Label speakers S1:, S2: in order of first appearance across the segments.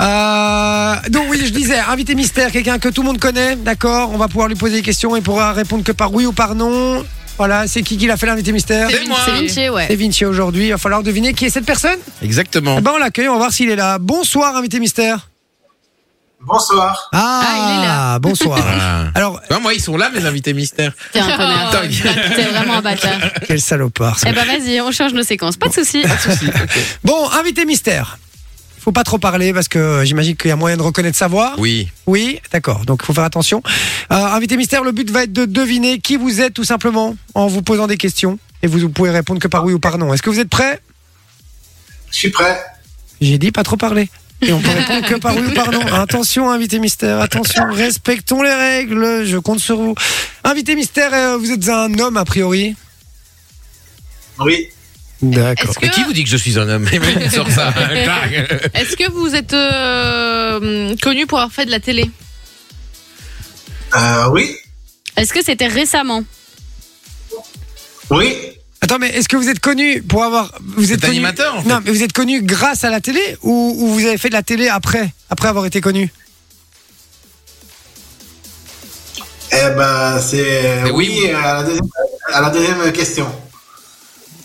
S1: Euh, donc oui, je disais, invité mystère, quelqu'un que tout le monde connaît, d'accord On va pouvoir lui poser des questions, il pourra répondre que par oui ou par non. Voilà, c'est qui qui l'a fait l'invité mystère
S2: C'est moi.
S3: C'est Vinci, ouais.
S1: C'est Vinci aujourd'hui, il va falloir deviner qui est cette personne
S2: Exactement.
S4: Ah
S1: Eh ben on l'accueille, on va voir s'il est là. Bonsoir invité mystère.
S5: Bonsoir.
S1: Ah,
S3: Ah, il est là.
S1: bonsoir.
S2: Ah.
S1: Alors,
S2: Tu vois, moi, ils sont là, mes invités mystères.
S3: T'es un connard.
S2: Dingue.
S3: T'es vraiment un bâtard.
S1: quel salopard. ce
S3: Eh ben vas-y, on change nos séquences. Pas de soucis.
S1: Bon, invité mystère. Faut pas trop parler parce que euh, j'imagine qu'il y a moyen de reconnaître sa voix.
S2: Oui.
S1: Oui, d'accord. Donc il faut faire attention. Euh, invité mystère, le but va être de deviner qui vous êtes tout simplement en vous posant des questions et vous, vous pouvez répondre que par oui ou par non. Est-ce que vous êtes prêts
S5: Je suis prêt.
S1: J'ai dit pas trop parler. Et on peut répondre que par oui ou par non. Attention, invité mystère, attention, respectons les règles, je compte sur vous. Invité mystère, euh, vous êtes un homme a priori
S5: Oui.
S1: D'accord.
S3: Est-ce
S2: Mais qui
S3: que,
S2: vous dit que je suis un homme Il sort ça. Clac.
S3: est-ce que vous êtes euh, hum, connu pour avoir fait de la télé
S5: Euh, oui.
S3: Est-ce que c'était récemment
S5: Oui.
S1: Attends, mais est-ce que vous êtes connu pour avoir. Vous êtes
S2: C'est
S1: connu...
S2: animateur, en fait.
S1: Non, mais vous êtes connu grâce à la télé ou, ou vous avez fait de la télé après, après avoir été connu
S5: Eh ben, c'est
S2: Eh oui.
S5: oui, à, la deuxième, à la deuxième question.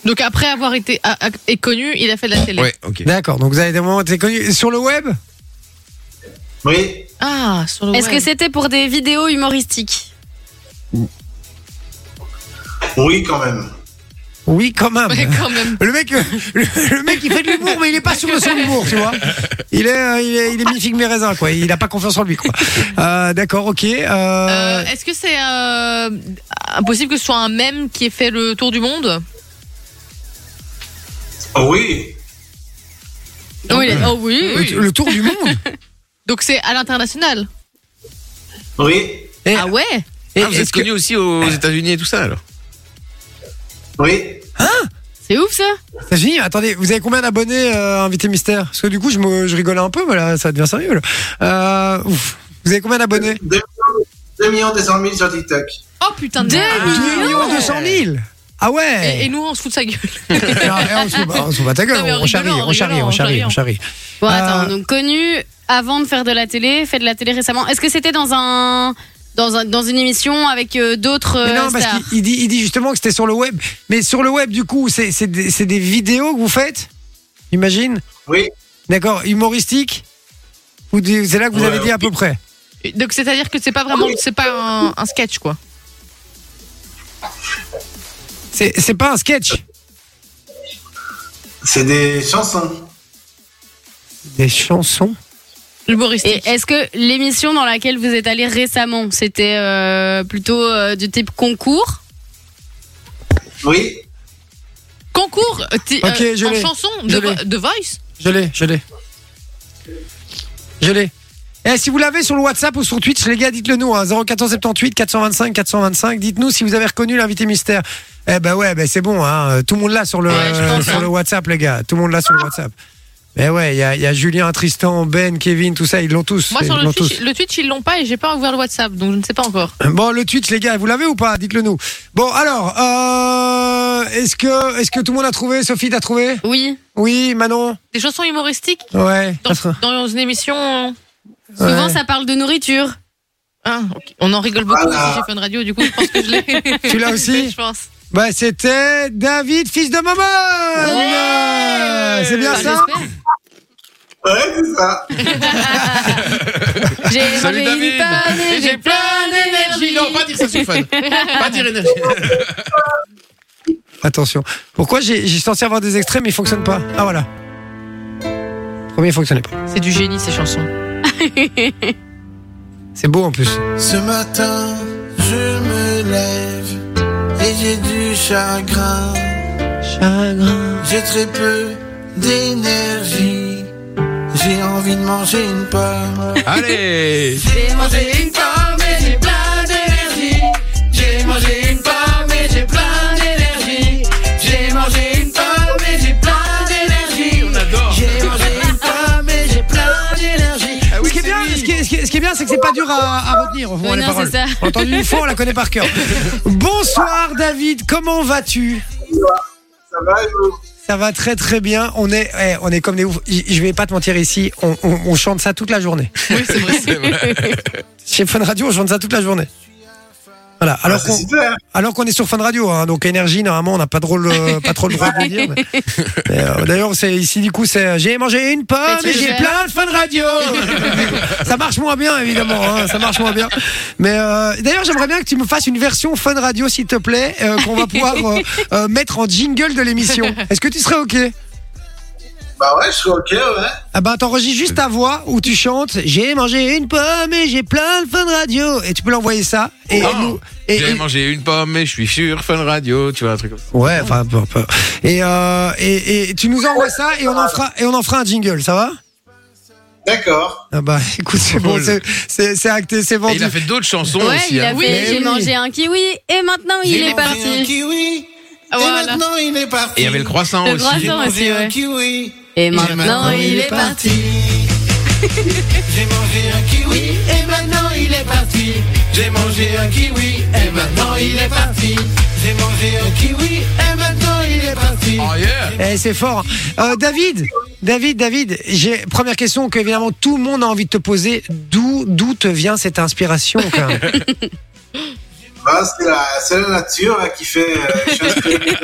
S3: Donc après avoir été a- a- et connu, il a fait de la télé.
S2: Ouais, ok.
S1: D'accord, donc vous avez des moments où vous êtes connu. Sur le web
S5: Oui.
S2: Ah, sur le
S6: Est-ce que c'était pour des vidéos humoristiques
S5: Oui, quand même.
S1: Oui, quand même.
S3: Ouais, quand même.
S1: Le mec, euh, le, le mec, il fait de l'humour, mais il est pas sûr de son humour, tu vois. Il est, euh, il est, il est mi-figue, mi-raisin, quoi. Il a pas confiance en lui, quoi. Euh, D'accord, ok.
S3: Euh,
S1: Euh,
S3: est-ce que c'est euh, impossible que ce soit un mème qui ait fait le tour du monde
S5: Oui.
S3: Non, il est- Oh oui.
S1: le- Le tour du monde.
S3: Donc c'est à l'international.
S5: Oui.
S1: Et-
S3: Ah ouais
S1: et
S2: vous êtes
S1: est-ce que-
S2: connu aussi aux États-Unis et tout ça, alors
S5: Oui.
S3: C'est ouf ça
S1: C'est fini. Attendez, vous avez combien d'abonnés, euh, invité mystère Parce que du coup, je, me, je rigolais un peu, mais là, ça devient sérieux. là. Euh, ouf. Vous avez combien d'abonnés
S5: 2 millions, 2 millions 200 000 sur TikTok.
S3: Oh putain de merde.
S1: 2 millions 200 000 Ah ouais
S3: et, et nous on se fout de sa gueule.
S1: Non, eh, on se fout pas- on se fout pas ta gueule,
S3: Non, mais en
S1: on charrie,
S3: rigolant, en
S1: on charrie, on
S3: rigolant,
S1: charrie,
S3: en
S1: on charrie.
S6: Bon,
S1: Euh,
S6: attends, donc connu avant de faire de la télé, fait de la télé récemment. Est-ce que c'était dans un, dans un dans une émission avec euh, d'autres
S1: Mais
S6: euh,
S1: non, parce
S6: stars
S1: qu'il il dit, il dit justement que c'était sur le web. Mais sur le web, du coup, c'est c'est des, c'est des vidéos que vous faites J'imagine
S5: Oui.
S1: D'accord, humoristique Ou des- C'est là que vous
S5: Ouais,
S1: avez dit à peu près
S3: Et Donc c'est à dire que c'est pas
S1: Ah
S3: vraiment, c'est pas un, un sketch quoi.
S1: C'est c'est pas un sketch
S5: C'est des chansons.
S1: Des chansons
S3: Humoristique.
S6: Et est-ce que l'émission dans laquelle vous êtes allé récemment, c'était euh, plutôt euh, du type concours
S5: Oui.
S3: Concours euh, ti-
S1: Ok,
S3: euh,
S1: je
S3: en
S1: l'ai.
S3: chanson
S1: Je
S3: de,
S1: l'ai.
S3: de Voice
S1: Je l'ai, je l'ai. Je l'ai. Et si vous l'avez sur le WhatsApp ou sur Twitch, les gars, dites-le nous. Hein, 0478 425 425. Dites-nous si vous avez reconnu l'invité mystère. Eh ben ouais, ben c'est bon. Hein, tout le monde l'a sur le
S3: Ouais, je pense,
S1: sur
S3: hein.
S1: le WhatsApp, les gars. Tout le monde l'a sur le WhatsApp. Eh ouais, il y, a- il y a Julien, Tristan, Ben, Kevin, tout ça, ils l'ont tous.
S3: Moi sur
S1: ils
S3: le
S1: l'ont tous.
S3: Twitch, le Twitch ils l'ont pas et j'ai pas ouvert le WhatsApp donc je ne sais pas encore.
S1: Bon, le Twitch, les gars, vous l'avez ou pas Dites-le nous. Bon, alors, euh, est-ce que est-ce que tout le monde a trouvé Sophie, t'as trouvé
S6: Oui.
S1: Oui, Manon.
S3: Des chansons humoristiques
S1: Ouais.
S3: dans, dans une émission.
S6: Souvent,
S1: Ouais.
S6: ça parle de nourriture.
S3: Ah, ok. On en rigole beaucoup
S5: Voilà.
S3: aussi j'ai fait une radio du coup je pense que je l'ai.
S1: Tu l'as aussi
S3: Je pense.
S1: Bah c'était David, fils de maman
S3: Ouais
S1: C'est bien
S6: Ah,
S1: ça
S3: Bah,
S5: Ouais, c'est ça.
S6: J'espère. J'ai
S2: Salut,
S6: mangé une
S2: David.
S6: panne et
S3: Et j'ai plein
S4: Ah
S3: d'énergie.
S2: Non, pas dire ça sur fun. Pas dire énergie.
S1: Attention. Pourquoi j'ai j'ai censé avoir des extraits mais ils fonctionnent pas Ah voilà. Premier il fonctionnait pas.
S3: C'est du génie ces chansons.
S1: C'est beau en plus.
S4: Ce matin, je me lève et j'ai du chagrin.
S1: Chagrin.
S4: J'ai très peu d'énergie. J'ai envie de manger une pomme.
S5: Ah,
S2: Allez
S4: J'ai mangé une pomme et j'ai plein d'énergie. J'ai mangé une pomme et j'ai plein d'énergie. J'ai mangé une pomme et j'ai plein d'énergie.
S2: On adore.
S4: J'ai mangé une pomme et j'ai plein d'énergie.
S2: Ah oui,
S1: ce, qui est bien,
S2: c'est
S1: ce,
S2: lui.
S1: qui est, ce qui est- ce qui est bien, c'est que c'est pas dur à, à retenir. au fond,
S6: Ouais,
S1: les
S6: non,
S1: paroles.
S6: c'est ça.
S1: On l'a entendu une fois, on la connaît par cœur. Bonsoir David, comment vas-tu
S5: Ça va, et vous
S1: Ça va très très bien. On est, eh, on est comme des ouf. Je je vais pas te mentir ici. On, on- on chante ça toute la journée.
S3: Oui, c'est vrai.
S2: C'est vrai.
S1: Chez Fun Radio, on chante ça toute la journée. Voilà.
S5: Ah,
S1: Alors
S5: c'est
S1: qu'on,
S5: super.
S1: alors qu'on est sur Fun Radio, hein, donc énergie. Normalement, on n'a pas, de rôle, euh, pas trop le droit de le dire. mais- mais, euh, d'ailleurs, c'est ici du coup, c'est euh, j'ai mangé une pomme
S6: Mais
S1: et
S6: tu
S1: j'ai
S6: gères.
S1: plein de Fun Radio. ça marche moins bien évidemment. hein, ça marche moins bien. Mais euh, d'ailleurs, j'aimerais bien que tu me fasses une version Fun Radio, s'il te plaît, euh, qu'on va pouvoir euh, euh, mettre en jingle de l'émission. Est-ce que tu serais ok?
S5: Bah ouais, je suis ok, ouais.
S1: Ah bah t'enregistres juste ta voix où tu chantes J'ai mangé une pomme et j'ai plein de fun radio et tu peux l'envoyer ça et
S2: Oh.
S1: nous et,
S2: J'ai
S1: et-
S2: mangé une pomme et je suis sur Fun Radio, tu vois, un truc comme ça.
S1: ouais enfin peu, peu. et, euh, et et tu nous envoies ça et on en fera et on en fera un jingle ça va
S5: D'accord.
S1: ah bah écoute c'est bon
S2: Cool.
S1: c'est- c'est c'est acté c'est
S2: Et
S1: vendu
S2: il a fait d'autres chansons
S6: Ouais,
S2: aussi.
S6: il a
S2: hein.
S6: fait,
S1: Mais
S6: j'ai
S1: oui.
S6: mangé un kiwi et maintenant il est parti.
S4: kiwi.
S3: Ah, Voilà.
S4: il est
S2: Et
S4: parti.
S2: il y avait le croissant
S6: Le
S2: aussi.
S6: croissant. Non, c'est vrai.
S4: kiwi.
S6: Et
S4: Et
S6: maintenant il est parti.
S4: J'ai mangé un kiwi et maintenant il est parti. J'ai mangé un kiwi et maintenant il est parti. J'ai mangé un kiwi et maintenant il est parti.
S2: Oh yeah
S1: Eh, c'est fort. Euh, David, David, David, j'ai première question que évidemment tout le monde a envie de te poser. D'où, d'où te vient cette inspiration quand même
S5: Bah, c'est la, c'est la nature hein, qui fait. euh, je suis inspiré.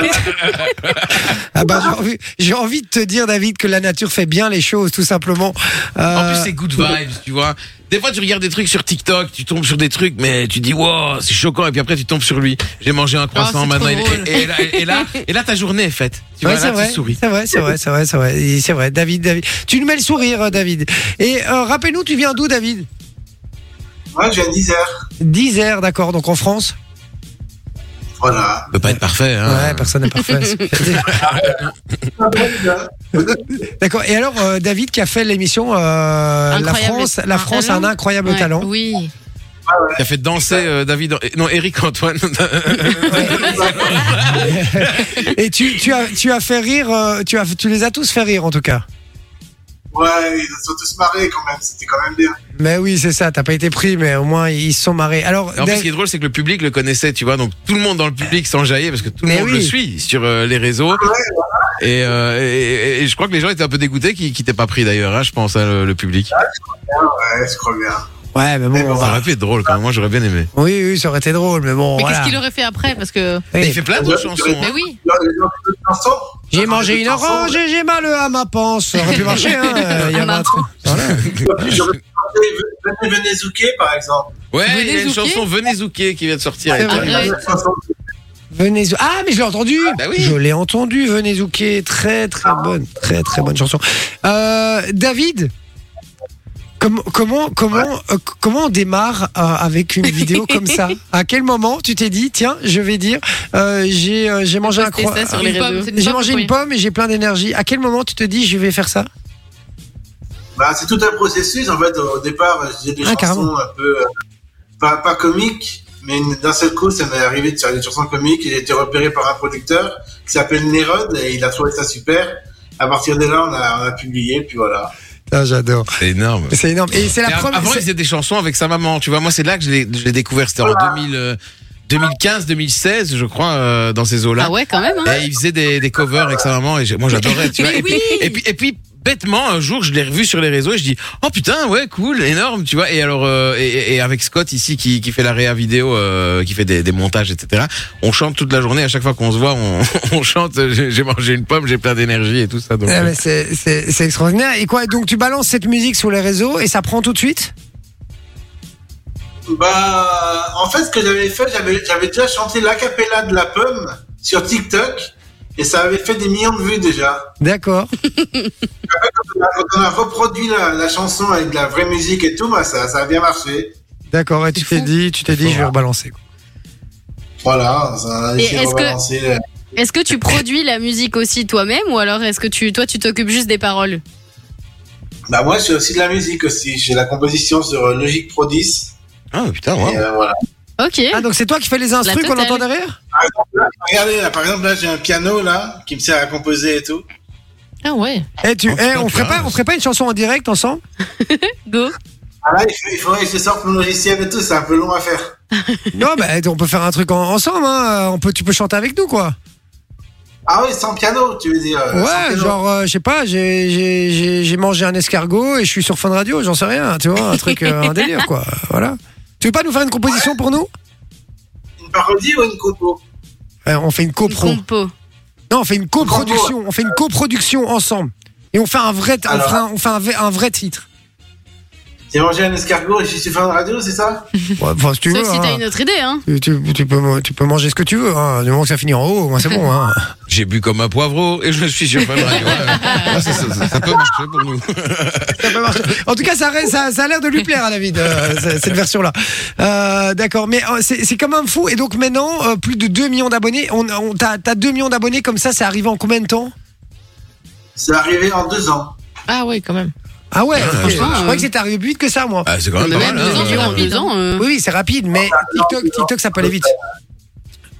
S1: Ah bah, j'ai envie, j'ai envie de te dire, David, que la nature fait bien les choses, tout simplement. Euh,
S2: En plus, c'est good vibes, tu vois. Des fois, tu regardes des trucs sur TikTok, tu tombes sur des trucs, mais tu dis, wow, c'est choquant. Et puis après, tu tombes sur lui. J'ai mangé un
S1: Ah,
S2: croissant,
S3: c'est
S2: maintenant,
S3: trop
S2: il est- et, et là, et là, et là, ta journée est faite. Tu
S1: ouais,
S2: vois,
S1: c'est
S2: là,
S1: vrai,
S2: tu souris.
S1: c'est vrai, c'est vrai, c'est vrai, c'est vrai, Et c'est vrai. David, David, tu nous mets le sourire, euh, David. Et euh, rappelle-nous, tu viens d'où, David
S5: Moi, je viens d'Isère.
S1: D'Isère, d'accord, donc en France.
S5: Voilà.
S2: Ça peut pas être parfait, hein.
S1: Ouais, personne n'est parfait.
S5: Ah, bah,
S1: d'accord. Et alors, euh, David qui a fait l'émission euh, La
S3: Incroyable
S1: France, la France a un
S6: talent.
S1: incroyable
S6: Ouais.
S1: talent.
S3: Oui.
S2: T'as fait danser euh, David, non, Eric Antoine.
S1: Et tu, tu as, tu as fait rire, euh, tu as, tu les as tous fait rire en tout cas.
S5: Ouais, ils se sont tous marrés quand même. C'était quand même bien.
S1: Mais oui, c'est ça. T'as pas été pris, mais au moins ils se sont marrés. Alors,
S2: Et en plus,
S1: Dave-
S2: ce qui est drôle, c'est que le public le connaissait, tu vois. Donc, tout le monde dans le public s'enjaillait parce que tout le
S1: Mais
S2: monde
S1: oui. Ah
S2: le suit sur euh, les réseaux. Et, euh, et- et- et je crois que les gens étaient un peu dégoûtés qu'ils qu'ils t'aient pas pris d'ailleurs, hein, je pense, hein, le, le public.
S5: Ah, Ouais, je crois bien.
S1: Ah ouais, mais bon.
S2: Ça
S1: voilà.
S2: aurait pu être drôle quand même. Moi, j'aurais bien aimé.
S1: Oui, oui, ça aurait été drôle, mais bon.
S3: Mais
S1: voilà.
S3: qu'est-ce qu'il aurait fait après Parce que.
S2: Et
S1: Oui.
S2: il fait plein de chansons. hein.
S3: Mais oui.
S5: Là, les gens font des chansons.
S1: J'ai
S5: Ils font
S1: mangé
S5: des
S1: une
S5: chansons.
S1: orange et j'ai mal à ma panse. Ça aurait pu marcher, hein. euh, Il y
S6: À
S1: avait
S6: ma
S1: un truc. Voilà.
S5: J'aurais chanté Venez, venez zouker, par exemple.
S2: Ouais,
S3: Venez
S2: il y a une
S3: Zouké.
S2: chanson Venez Zouké qui vient de sortir.
S1: C'est
S2: Et
S1: vrai.
S2: puis,
S3: Ah, Ouais.
S5: La chanson
S1: Venez zou- Ah, mais je l'ai entendu.
S2: bah oui.
S1: Je l'ai entendu. Venez Zouké. Très, très bonne. Très, très bonne chanson. Euh, David. com- Comment, comment, euh, comment on démarre euh, avec une vidéo comme ça À quel moment tu t'es dit, tiens, je vais dire, euh, j'ai euh, j'ai mangé un
S3: Poster
S1: croissant.
S3: ça sur les
S6: Une pomme,
S3: réseaux.
S6: c'est
S1: J'ai mangé une pomme et j'ai plein d'énergie. À quel moment tu te dis je vais faire ça
S5: Bah, c'est tout un processus. En fait, au départ, j'ai des
S1: Ah,
S5: chansons
S1: carrément.
S5: un peu euh, pas, pas comiques, mais une- d'un seul coup, ça m'est arrivé de faire des chansons comiques et j'ai été repéré par un producteur qui s'appelle Nérod et il a trouvé ça super. À partir de là, on a, on a publié, puis voilà.
S1: Ah, J'adore.
S2: C'est énorme.
S1: C'est énorme. Et c'est la
S2: Mais av-
S1: première.
S2: Avant, il
S1: c'est-
S2: faisait des chansons avec sa maman. Tu vois, moi, c'est là que je l'ai je l'ai découvert. C'était en 2000, euh, 2015, 2016, je crois, euh, dans ces eaux-là.
S6: Ah ouais, quand même. Hein.
S2: Et il faisait des, des covers avec sa maman. Et j'ai- moi, j'adorais. Tu vois. Et, puis, et puis, et puis, bêtement, un jour, je l'ai revu sur les réseaux et je dis, oh putain, ouais, cool, énorme, tu vois. Et alors, euh, et- et, et avec Scott ici qui, qui fait la réa vidéo, euh, qui fait des, des montages, etc. On chante toute la journée. À chaque fois qu'on se voit, on, on chante. euh, J'ai j'ai mangé une pomme, j'ai plein d'énergie et tout ça. Donc,
S1: Ah,
S2: euh,
S1: mais C'est c'est- c'est extraordinaire. Et quoi Donc tu balances cette musique sur les réseaux et ça prend tout de suite
S5: Bah, en fait, ce que j'avais fait, j'avais, j'avais déjà chanté l'acapella de la pomme sur TikTok et ça avait fait des millions de vues déjà.
S1: D'accord.
S5: Quand on a reproduit la, la chanson avec de la vraie musique et tout, bah, ça, ça a bien marché.
S1: D'accord. Et tu t'es dit, tu t'es dit, je vais rebalancer. quoi.
S5: Voilà, ça a
S6: Et
S5: essayé de
S6: est-ce que-
S5: rebalancer, euh,
S6: Est-ce que tu produis la musique aussi toi-même ou alors est-ce que tu, toi, tu t'occupes juste des paroles
S5: Bah moi, j'ai aussi de la musique aussi. J'ai la composition sur euh, Logic Pro 10.
S2: ah putain,
S5: Et,
S2: ouais.
S5: euh, voilà.
S6: Ok.
S1: Ah donc c'est toi qui fais les
S6: Eh. La
S1: instrus qu'on
S6: totale.
S1: entend derrière
S5: Regardez là, par exemple là, j'ai un piano là qui me sert à composer et tout.
S3: Ah ouais.
S1: Eh tu,
S2: Oh,
S1: eh,
S2: putain,
S1: on ferait
S2: tu
S1: pas,
S2: as-
S1: on ferait pas une chanson en direct ensemble
S6: Go.
S5: Ah là, il faut- il faudrait que je sorte mon logiciel et tout. C'est un peu long à faire.
S1: Euh, Non, bah on peut faire un truc en- ensemble. Hein. On peut, tu peux chanter avec nous quoi.
S5: Ah oui, sans piano, tu veux dire. euh, sans
S1: Ouais,
S5: piano.
S1: genre, euh, je sais pas, j'ai- j'ai j'ai- j'ai mangé un escargot et je suis sur Fun Radio, j'en sais rien, tu vois, un truc, euh, un délire, quoi. Voilà. Tu veux pas nous faire une composition pour nous
S5: Une parodie ou une compo
S1: Euh, On fait une
S6: Une
S1: copro.
S6: compo.
S1: Non, on fait une coproduction. On fait une coproduction ensemble. Et on fait un vrai, on
S5: Alors.
S1: fait un, on fait un vrai- un vrai titre.
S5: J'ai mangé un escargot et je suis fan de radio, c'est ça
S1: Ouais, Enfin, si tu veux.
S6: Sauf si t'as
S1: hein.
S6: une autre idée, hein.
S1: Tu, tu- tu peux, tu peux manger ce que tu veux, hein. du moment que ça finit en haut, moi c'est bon. Hein.
S2: J'ai bu comme un poivreau et je suis sur Fun Radio. Ouais, Ah, ça, ça- ça- ça peut marcher pour nous.
S1: Ça peut marcher. En tout cas, ça, reste- ça, ça a l'air de lui plaire à David, euh, c- cette version-là. Euh, D'accord, mais euh, c'est c'est quand même fou. Et donc maintenant, euh, plus de 2 millions d'abonnés. On, on, T'as t'as 2 millions d'abonnés comme ça, c'est arrivé en combien de temps
S5: C'est arrivé en deux ans.
S3: Ah ouais, quand même.
S1: Ah ouais, franchement,
S6: franchement,
S1: je
S6: euh.
S1: crois que c'était arrivé plus vite que ça, moi.
S2: Ah, c'est quand même
S3: Mais
S2: pas
S3: même
S2: mal.
S3: deux ans,
S2: hein.
S3: c'est
S6: En
S3: rapide.
S6: deux ans, euh,
S1: Oui, oui, c'est rapide, mais TikTok, TikTok, ça peut aller vite.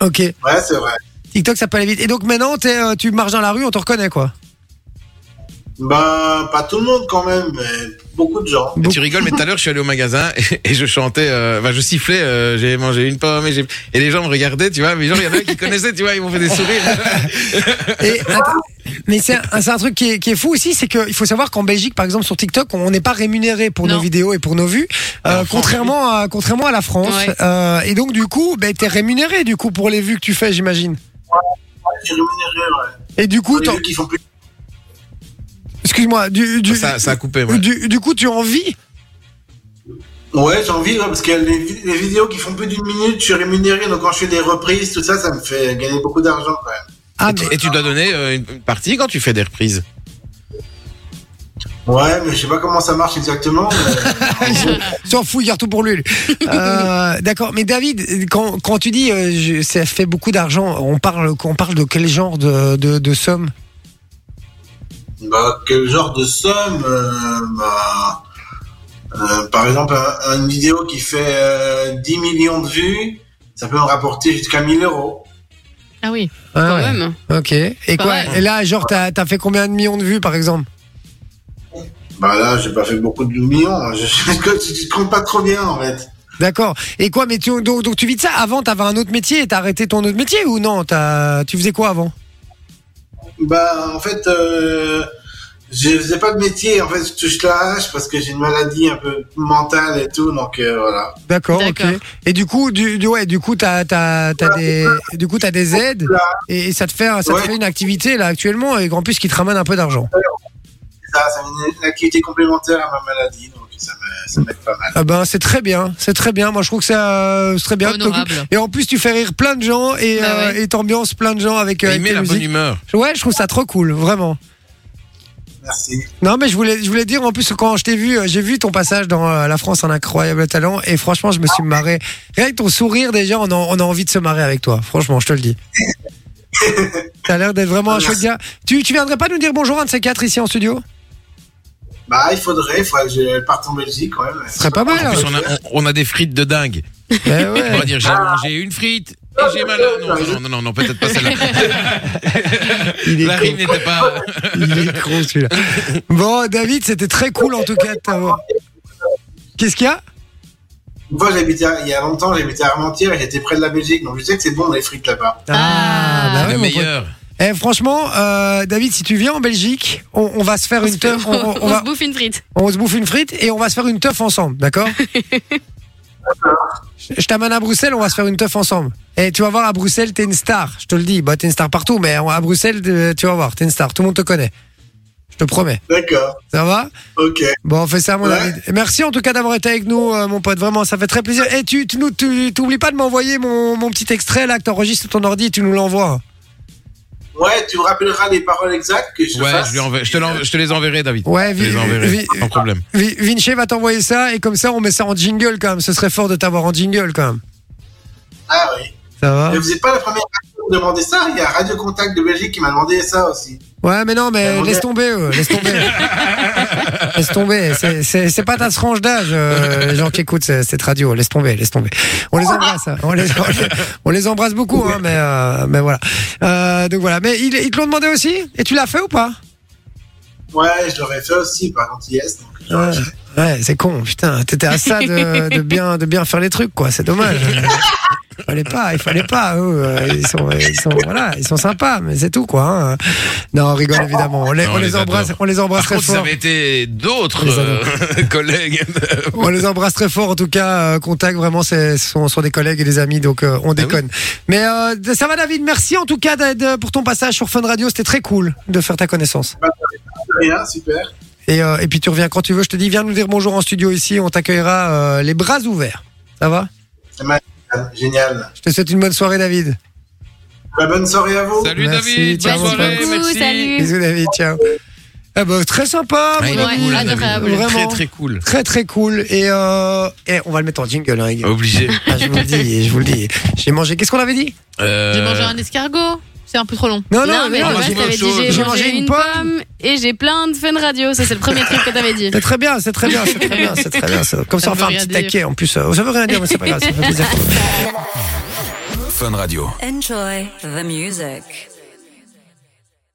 S1: Ok,
S5: Ouais, c'est vrai.
S1: TikTok, ça peut aller vite. Et donc maintenant, t'es, euh, tu marches dans la rue, on te reconnaît, quoi.
S5: Bah, pas tout le monde quand même, mais beaucoup de gens.
S2: Et tu rigoles, mais tout à l'heure, je suis allé au magasin et, et je chantais, euh, bah, je sifflais, euh, j'ai mangé une pomme et, j'ai- et les gens me regardaient, tu vois, mais genre, il y en a qui connaissaient, tu vois, ils m'ont fait des sourires.
S1: Et, attends, mais c'est un, c'est un truc qui est, qui est fou aussi, c'est qu'il faut savoir qu'en Belgique, par exemple, sur TikTok, on n'est pas rémunéré pour nos
S3: Non.
S1: vidéos et pour nos vues, euh,
S2: en France,
S1: contrairement, à, contrairement à la France.
S3: Ouais.
S1: Euh, et donc, du coup, ben, t'es rémunéré du coup pour les vues que tu fais, j'imagine.
S5: Je suis rémunéré, ouais.
S1: Et du coup,
S5: Pour les
S1: t'en-
S5: gens qui font plus.
S1: excuse-moi, du, du,
S2: ça, ça a coupé, ouais.
S1: du, du coup, tu en vis
S5: Ouais, j'ai envie, ouais, parce que les, vi- les vidéos qui font plus d'une minute, je suis rémunéré. Donc quand je fais des reprises, tout ça, ça me fait gagner beaucoup d'argent quand même.
S1: ah,
S2: Et tu-
S1: mais-
S2: Et tu dois donner euh, une une partie quand tu fais des reprises.
S5: Ouais, mais je sais pas comment ça marche exactement. Mais...
S1: S'en fout, il garde tout pour lui. Euh, D'accord, mais David, quand, quand tu dis euh, je- ça fait beaucoup d'argent, on parle, on parle de quel genre de, de, de somme
S5: Bah, quel genre de somme euh, bah, euh, Par exemple, un- une vidéo qui fait euh, 10 millions de vues, ça peut me rapporter jusqu'à 1000 euros.
S3: Ah oui.
S6: quand
S1: Ah ouais,
S6: même.
S1: Ok. Et
S3: Pas
S1: quoi
S3: mal.
S1: Et là, genre, t'as as fait combien de millions de vues, par exemple
S5: Bah là, j'ai pas fait beaucoup de millions. hein. Je, je, je compte pas trop bien en fait.
S1: D'accord. Et quoi Mais tu, donc, donc tu vis de ça Avant, t'avais un autre métier et t'as arrêté ton autre métier ou non T'as- Tu faisais quoi avant
S5: Bah en fait, euh, je faisais pas de métier. En fait, je touche la hache parce que j'ai une maladie un peu mentale et tout. Donc euh, voilà.
S1: D'accord. ok.
S3: D'accord.
S1: Et du coup, du, du- ouais, du coup, t'as t'as- t'as des, du coup, t'as des aides et, et ça te fait, ça te
S5: Ouais.
S1: fait une activité là actuellement et en plus qui te ramène un peu d'argent.
S5: Ça, c'est une, une activité complémentaire à ma maladie. Donc ça me- ça m'aide pas mal.
S1: Ah ben, c'est très bien, c'est très bien. Moi, je trouve que ça, euh, c'est très bien.
S3: Honorable.
S1: Et en plus, tu fais rire plein de gens et
S3: Bah
S1: euh,
S3: ouais.
S1: et t'ambiances plein de gens avec, euh,
S2: Et il
S1: avec
S2: met
S1: tes
S2: la bonne
S1: musiques.
S2: humeur.
S1: Ouais, je trouve ça trop cool, vraiment.
S5: Merci.
S1: Non, mais je voulais, je voulais dire, en plus, quand je t'ai vu, euh, j'ai vu ton passage dans euh, La France, un incroyable talent, et franchement, je me suis marré. Rien que ton sourire, déjà, on a, on a envie de se marrer avec toi. Franchement, je te le dis. T'as l'air d'être vraiment un chouette gars. Tu, tu viendrais pas nous dire bonjour, un de ces quatre, ici en studio
S5: Bah il faudrait, il faudrait que je parte en Belgique quand même.
S1: Ce serait pas mal.
S2: En
S1: hein.
S2: plus, on a, on, on a des frites de dingue.
S1: Eh
S2: On
S1: ouais.
S2: va dire, j'ai mangé une frite et j'ai mal. à- Non, non, non, non, non, peut-être pas celle-là.
S1: Il est
S2: La rime n'était pas.
S1: con, il est con, celui-là. Bon, David, c'était très cool, en tout cas, de t'avoir. Qu'est-ce qu'il y a
S5: Une fois, j'habitais, à- il y a longtemps, j'habitais à Armentières et j'étais près de la Belgique, donc je sais que c'est bon les frites là-bas.
S3: Ah,
S1: bah
S2: Le
S1: ouais, mon pote.
S2: meilleur.
S1: Eh, franchement, euh, David, si tu viens en Belgique, on, on va se faire
S6: On
S1: une
S6: se fait-
S1: teuf. on- on- on
S6: on
S1: va-
S6: se bouffe une frite.
S1: On se bouffe une frite et on va se faire une teuf ensemble, d'accord Je je t'amène à Bruxelles, on va se faire une teuf ensemble. Et tu vas voir, à Bruxelles, t'es une star. Je te le dis, bah, t'es une star partout, mais à Bruxelles, euh, tu vas voir, t'es une star. Tout le monde te connaît. Je te promets.
S5: D'accord,
S1: Ça va
S5: ok.
S1: Bon, on fait ça, mon
S5: Ouais.
S1: David. Et Merci en tout cas d'avoir été avec nous, euh, mon pote. Vraiment, ça fait très plaisir. Et tu tu nous- tu- t'oublies pas de m'envoyer mon, mon petit extrait là que t'enregistres sur ton ordi et tu nous l'envoies.
S5: Ouais, tu me rappelleras les paroles exactes que je
S2: Ouais,
S5: fasse.
S2: je, lui enverrai- je, te l'en- je te les enverrai, David.
S1: Ouais,
S2: Je te les
S1: vi-
S2: enverrai.
S1: vi-
S2: Sans problème.
S1: Vi- Vinci va t'envoyer ça et comme ça, on met ça en jingle quand même. Ce serait fort de t'avoir en jingle quand même.
S5: Ah oui.
S1: Ça va
S5: Mais vous n'êtes pas la première personne à me demander ça. Il y a Radio Contact de Belgique qui m'a demandé ça aussi.
S1: Ouais, mais non, mais
S2: Bah,
S5: Euh,
S1: laisse tomber, euh, laisse tomber. laisse tomber, c'est- c'est c'est pas ta tranche d'âge, euh, les gens qui écoutent ce- cette radio, laisse tomber, laisse tomber. On les embrasse, hein, on les, on les- on les embrasse beaucoup, hein, mais, euh, mais voilà. Euh, donc voilà, mais ils, ils te l'ont demandé aussi Et tu l'as fait ou pas
S5: Ouais, je l'aurais fait aussi par gentillesse. donc je l'aurais
S1: Ouais,
S5: fait.
S1: ouais, c'est con, putain, t'étais à ça de, de bien, de bien faire les trucs, quoi, c'est dommage. fallait pas, il fallait pas. eux, euh, ils, sont, ils sont, voilà, ils sont sympas, mais c'est tout, quoi. hein. Non, on rigole évidemment. On les,
S2: Non,
S1: on
S2: on
S1: les
S2: les
S1: embrasse,
S2: adore.
S1: on les embrasse
S2: Par
S1: très
S2: contre,
S1: fort.
S2: ça avait été d'autres
S1: Les
S2: euh, collègues.
S1: On les embrasse très fort, en tout cas, euh, contact, vraiment, c'est- ce sont, ce sont des collègues et des amis, donc euh,
S2: Ah
S1: on déconne. Mais euh, ça va, David, merci en tout cas d'être- de- pour ton passage sur Fun Radio, c'était très cool de faire ta connaissance.
S5: Rien, super.
S1: Et, euh, et puis tu reviens quand tu veux, je te dis, viens nous dire bonjour en studio ici, on t'accueillera euh, les bras ouverts. Ça va
S5: Génial.
S1: Je te souhaite une bonne soirée, David.
S5: Bah, bonne soirée à vous.
S2: Salut
S1: Merci,
S2: David, bonne
S1: ciao, mon
S2: soirée,
S6: pote.
S2: merci.
S6: Salut.
S1: Bisous, David, ciao. Ah bah, très sympa,
S2: Ah,
S1: mon
S2: il est
S1: ami.
S2: cool,
S3: adorable.
S2: David. Il est
S1: Vraiment.
S2: Très très cool.
S1: Très très cool. Et, euh, eh, on va le mettre en jingle, hein, les gars.
S2: Obligé.
S1: Ah, je vous le dis, je vous le dis. J'ai mangé, qu'est-ce qu'on avait dit
S2: Euh,
S3: hein. J'ai mangé un escargot. C'est un peu trop long.
S1: Non,
S6: Non, mais
S2: non,
S6: le
S2: mais
S6: reste,
S2: c'est
S6: t'avais
S2: autre
S6: dit
S2: chose.
S6: j'ai
S1: J'ai
S6: mangé une pomme et j'ai plein de fun radio. Ça, c'est le premier truc que t'avais dit.
S1: C'est très bien, c'est très bien, c'est très bien, c'est très bien. c'est- Comme ça,
S3: Ça
S1: on
S3: veut
S1: fait un
S3: rien
S1: petit
S3: dire.
S1: taquet en plus. euh, Ça veut rien dire, mais c'est pas grave. ça fait plaisir.
S7: Fun Radio.
S8: Enjoy the music.